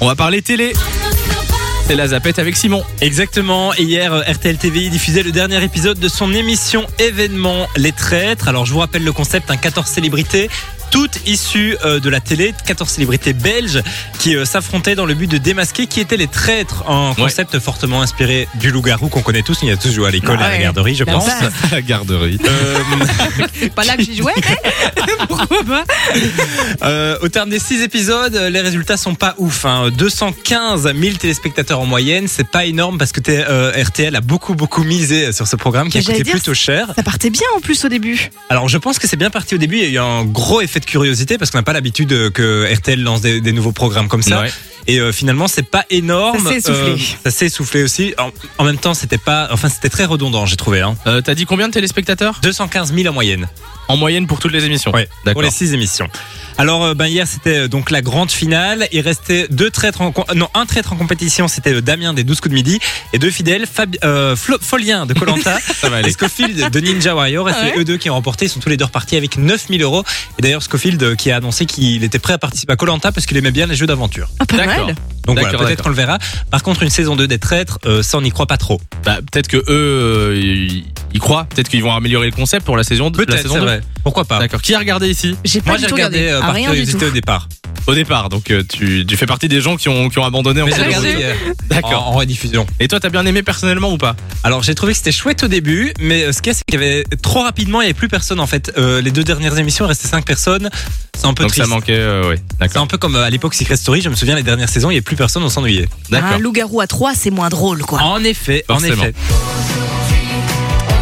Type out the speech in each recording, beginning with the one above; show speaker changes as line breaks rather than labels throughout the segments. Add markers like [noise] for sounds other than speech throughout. On va parler télé. C'est la zapette avec Simon.
Exactement. Hier, euh, RTL TVI diffusait le dernier épisode de son émission événement Les Traîtres. Alors, je vous rappelle le concept, un 14 célébrités. Toutes issues euh, de la télé, 14 célébrités belges qui euh, s'affrontaient dans le but de démasquer qui étaient les traîtres. Un concept fortement inspiré du loup-garou qu'on connaît tous. Il y a tous joué à l'école,
Ah
à la
ouais.
garderie, je
La
pense.
base.
À [laughs] la garderie.
Euh,
C'est pas là que j'y jouais. hein. Pourquoi pas
Euh, au terme des 6 épisodes, euh, les résultats sont pas ouf. hein. 215 000 téléspectateurs en moyenne, c'est pas énorme parce que t'es, euh, RTL a beaucoup beaucoup misé sur ce programme qui a
Mais j'allais
coûté
dire,
plutôt cher.
Ça partait bien en plus au début.
Alors je pense que c'est bien parti au début. Il y a eu un gros effet de curiosité parce qu'on n'a pas l'habitude euh, que RTL lance des, des nouveaux programmes comme ça.
Ouais.
Et euh, finalement, c'est pas énorme.
Ça
Euh,
s'est essoufflé.
ça s'est essoufflé aussi. En, en même temps, c'était pas, enfin c'était très redondant, j'ai trouvé. hein.
Euh, T'as dit combien de téléspectateurs
215 000 en moyenne.
En moyenne pour toutes les émissions.
Ouais,
d'accord.
Pour les six émissions. Alors euh, ben, hier c'était euh, donc la grande finale. Il restait deux traîtres en com- non un traître en compétition. C'était euh, Damien des 12 coups de midi et deux fidèles Fabi- euh, Flo- Folien de
[laughs]
Colanta.
Ça va aller.
Et Scofield de Ninja Warrior, et c'est
Ouais.
eux deux qui ont remporté, ils sont tous les deux repartis avec 9000 euros. Et d'ailleurs, Scofield euh, qui a annoncé qu'il était prêt à participer à Colanta parce qu'il aimait bien les jeux d'aventure.
Ah, pas
D'accord.
mal.
Donc
D'accord,
voilà, peut-être
d'accord.
qu'on le verra. Par contre, une saison 2 des traîtres, euh, ça on n'y croit pas trop.
Bah, peut-être que eux, euh, ils ils croient. Peut-être qu'ils vont améliorer le concept pour la saison Ah. 2.
Peut-être, c'est vrai. Pourquoi pas
D'accord. Qui a regardé ici
J'ai pas
Moi
du
j'ai
tout
regardé euh,
Ah,
par
rien du tout.
curiosité au départ.
Au départ, donc euh, tu, tu fais partie des gens qui ont, qui ont abandonné en
Mais j'ai
cours de
bien
regardé
route.
sûr.
hier
[laughs] D'accord.
en en rediffusion.
Et toi, t'as bien aimé personnellement ou pas
Alors j'ai trouvé que c'était chouette au début, mais euh, ce qu'il y a, c'est qu'il y avait trop rapidement, il n'y avait plus personne en fait. Euh, les deux dernières émissions, il restait 5 personnes. C'est un peu
Donc ça
triste.
manquait, euh, ouais.
C'est
D'accord.
un peu comme euh, à l'époque Secret Story, je me souviens les dernières saisons, il n'y avait plus personne, on s'ennuyait.
D'accord.
Un loup-garou à 3, c'est moins drôle quoi.
En effet,
Forcément.
en effet.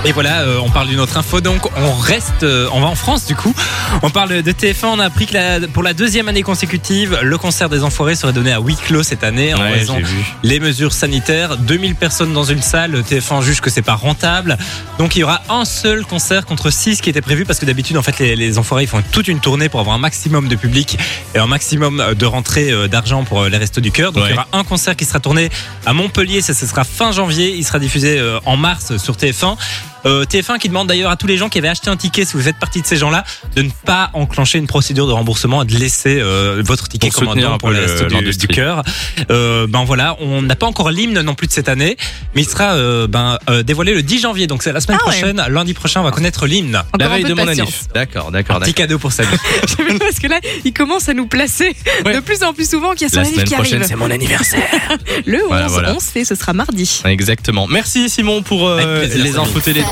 Et voilà, euh, on parle d'une autre info, donc on reste, euh, on va en France du coup. On parle de TF1, on a appris que la- pour la deuxième année consécutive, le concert des Enfoirés serait donné à huis clos cette année en
Ouais,
raison
j'ai vu.
les mesures sanitaires, 2000 personnes dans une salle, TF1 juge que c'est pas rentable. Donc il y aura un seul concert contre 6 qui était prévu parce que d'habitude en fait les, les enfoirés ils font toute une tournée pour avoir un maximum de public et un maximum euh, de rentrées euh, d'argent pour euh, les restos du cœur. Donc
Ouais.
il y aura un concert qui sera tourné à Montpellier, ça ce sera fin janvier, il sera diffusé euh, en mars sur TF1. Euh, TF1 qui demande d'ailleurs à tous les gens qui avaient acheté un ticket, si vous faites partie de ces gens-là, de ne pas enclencher une procédure de remboursement et de laisser euh, votre ticket
Pour
comme un
soutenir
don
un
pour
peu
les
le-
restos du, du
l'industrie.
cœur. Euh, ben voilà, on n'a pas encore l'hymne non plus de cette année, mais il sera euh, ben, euh, dévoilé le 10 janvier, donc c'est la semaine
Ah ouais.
prochaine, lundi prochain, on va connaître l'hymne.
Encore
La
un
veille
peu
de mon
patience.
anif. D'accord, d'accord,
Un petit
d'accord.
cadeau pour Samy.
[laughs] Parce que là, il commence à nous placer
Ouais.
de plus en plus souvent qu'il y a son
La
anniv
semaine
qui
prochaine,
arrive.
c'est mon anniversaire.
Le 11,
Voilà, voilà.
11 fait, ce sera mardi.
Exactement. Merci Simon pour euh,
Avec plaisir,
les
Samy.
infos télé.